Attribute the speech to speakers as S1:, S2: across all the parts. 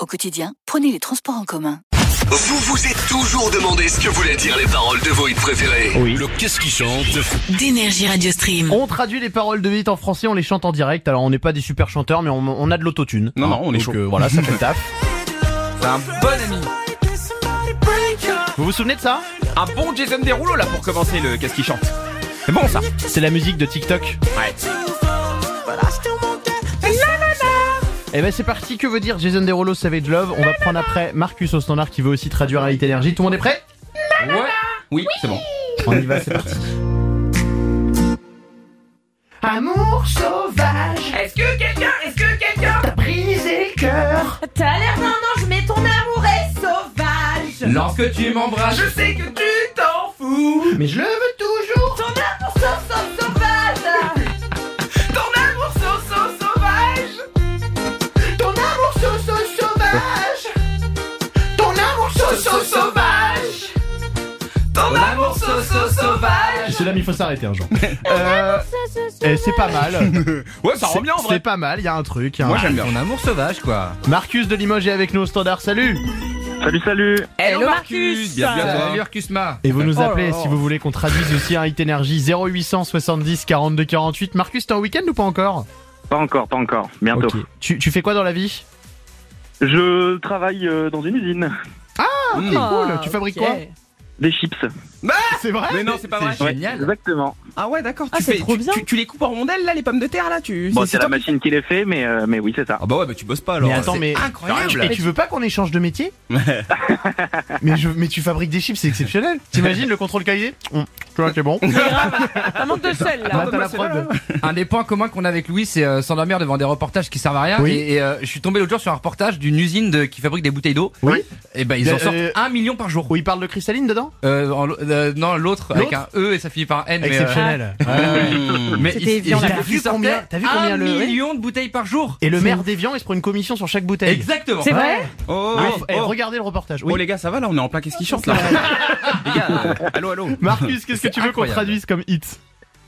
S1: Au quotidien, prenez les transports en commun.
S2: Vous vous êtes toujours demandé ce que voulaient dire les paroles de vos hits préférés.
S3: Oui.
S2: Le qu'est-ce qui chante
S1: D'énergie Radio Stream.
S3: On traduit les paroles de hit en français, on les chante en direct. Alors on n'est pas des super chanteurs, mais on, on a de l'autotune.
S4: Non, non, on est
S3: Donc,
S4: chaud.
S3: euh, voilà, ça fait le taf.
S4: C'est un bon ami.
S3: Vous vous souvenez de ça
S4: Un bon Jason Derulo là pour commencer le Qu'est-ce qui chante C'est bon ça
S3: C'est la musique de TikTok.
S4: Ouais.
S3: Et ben c'est parti. Que veut dire Jason Derulo Savage Love On va prendre après Marcus au standard qui veut aussi traduire à Hit Energy. Tout le monde est prêt
S4: Ouais. Oui, c'est bon.
S3: On y va, c'est parti. Amour sauvage,
S5: Est-ce que quelqu'un, est-ce que quelqu'un
S3: brisé cœur.
S5: T'as l'air d'un ange, mais ton amour est sauvage.
S4: Lorsque tu m'embrasses,
S5: Je sais que tu t'en fous.
S3: Mais je le veux toujours.
S5: Ton amour sauf, sauf, sauvage. Ton amour sauf, sauf, sauvage. Ton amour sauf, sauf, sauvage. Ton amour sauf, sauf, sauvage. Ton amour sauf, sauf, sauvage.
S3: C'est là, mais il faut s'arrêter un jour. Euh, et c'est pas mal.
S4: Ouais, ça rend bien en
S3: C'est
S4: vrai.
S3: pas mal. Il y a un truc. il y a un-
S4: Moi j'aime bien. Mon amour sauvage quoi.
S3: Marcus de Limoges est avec nous au standard. Salut.
S6: Salut, salut
S4: Hello,
S5: Hello,
S4: Marcus
S5: Marcus.
S4: Bienvenue à toi.
S3: Salut,
S4: Marcus Ma.
S3: Et vous nous
S4: Oh là
S3: appelez
S4: là.
S3: si vous voulez qu'on traduise aussi un Hit Energy 0870 42 48. Marcus, t'es en week-end ou pas encore
S6: Pas encore, pas encore, bientôt.
S3: Ok. Tu, tu fais quoi dans la vie
S6: Je travaille euh, dans une usine,
S4: Mmh.
S3: Ah, cool. Tu fabriques quoi
S6: des chips.
S3: C'est vrai
S4: Bah Mais non, c'est pas vrai. Génial.
S6: Exactement.
S4: Ah ouais, d'accord.
S5: Ah,
S4: tu
S5: c'est
S4: fais
S5: trop
S4: tu,
S5: bien.
S4: tu- tu les coupes en rondelles là les pommes de terre là, tu
S6: Bon, c'est la
S4: toi-
S6: machine qui les fait, mais, euh, mais oui, c'est ça.
S4: Ah bah ouais, bah tu bosses pas alors.
S3: Mais attends,
S4: C'est
S3: mais- Et
S4: incroyable.
S3: tu veux pas qu'on échange de métier mais, je, mais tu fabriques des chips, c'est exceptionnel. T'imagines le contrôle qualité Hum, Tu vois, c'est bon.
S5: Ça manque de sel
S3: Là,
S5: là.
S3: t'as la prod.
S4: hein.
S7: Un des points communs qu'on a avec Louis, c'est euh, s'endormir devant des reportages qui servent à rien.
S3: Oui.
S7: Et, et, euh, je suis tombé l'autre jour sur un reportage d'une usine de, qui fabrique des bouteilles d'eau.
S3: Oui.
S7: Et ben ils en
S3: Euh,
S7: sortent
S3: euh,
S7: un million par jour.
S3: Où il parle de cristalline dedans
S7: Euh, en l'au- euh, non, l'autre avec un E et ça finit par N. Mais, euh,
S3: Exceptionnel.
S7: mais
S5: C'était
S7: ils-
S5: Evian,
S7: j'ai
S5: là.
S7: vu
S3: T'as vu
S7: qu'ils
S3: combien-
S7: sortaient
S3: t'as vu combien
S7: un
S3: le- oui.
S7: million de bouteilles par jour.
S3: Et le maire d'Evian, il se prend une commission sur chaque bouteille.
S7: Exactement.
S5: C'est vrai
S4: Oh,
S3: Ah,
S4: oh,
S3: eh,
S4: oh.
S3: Regardez le reportage.
S4: Oh,
S3: Oui.
S4: les gars, ça va là, on est en plein qu'est-ce qui chante là. les gars, euh, allô allô.
S3: Marcus, qu'est-ce que
S7: C'est
S3: tu veux qu'on
S7: incroyable.
S3: traduise comme hit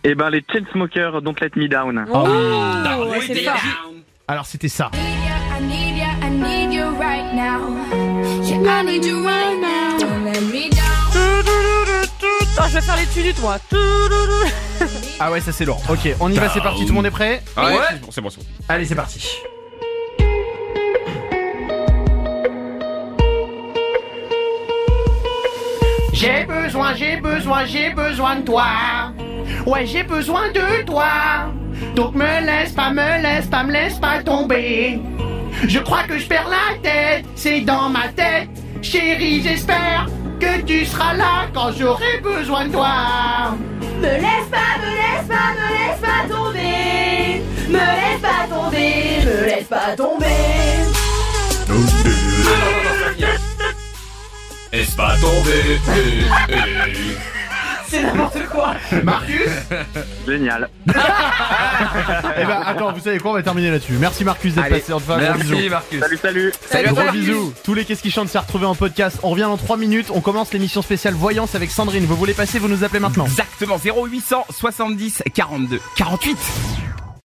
S6: Et ben, les Chainsmokers, Don't Let Me Down.
S5: Oh,
S4: Down,
S5: c'est
S4: down.
S5: ça.
S3: Alors c'était ça.
S8: I need ya, I need you right now. Yeah, I need you right now. Don't let me down.
S5: Attends, je vais faire les tunuts moi.
S3: Ah ouais, ça c'est lourd. Ok, on y va, c'est parti. Tout le monde est prêt
S4: Ah ouais, c'est bon, c'est bon. c'est bon.
S3: Allez, c'est parti. J'ai besoin, j'ai besoin, j'ai besoin de toi. Ouais, j'ai besoin de toi. Donc me laisse pas, me laisse pas, me laisse pas tomber. Je crois que je perds la tête, c'est dans ma tête. Chérie, j'espère que tu seras là quand j'aurai besoin de toi.
S5: Me laisse pas, me laisse pas, me laisse pas tomber. Me laisse pas tomber, me laisse pas tomber.
S2: Est-ce pas tombé
S5: C'est n'importe quoi.
S3: Marcus
S6: Génial.
S3: Eh ben attends, vous savez quoi, on va terminer là-dessus. Merci Marcus d'être
S4: Allez,
S3: passé, enfin, gros bisous.
S7: Merci Marcus.
S6: Salut, salut
S4: Salut à
S3: Gros
S4: toi, Marcus.
S3: bisous. Tous les Qu'est-ce qui chante, c'est à retrouver en podcast. On revient dans 3 minutes. On commence l'émission spéciale Voyance avec Sandrine. Vous voulez passer, vous nous appelez maintenant.
S4: Exactement 0800 70 42 48.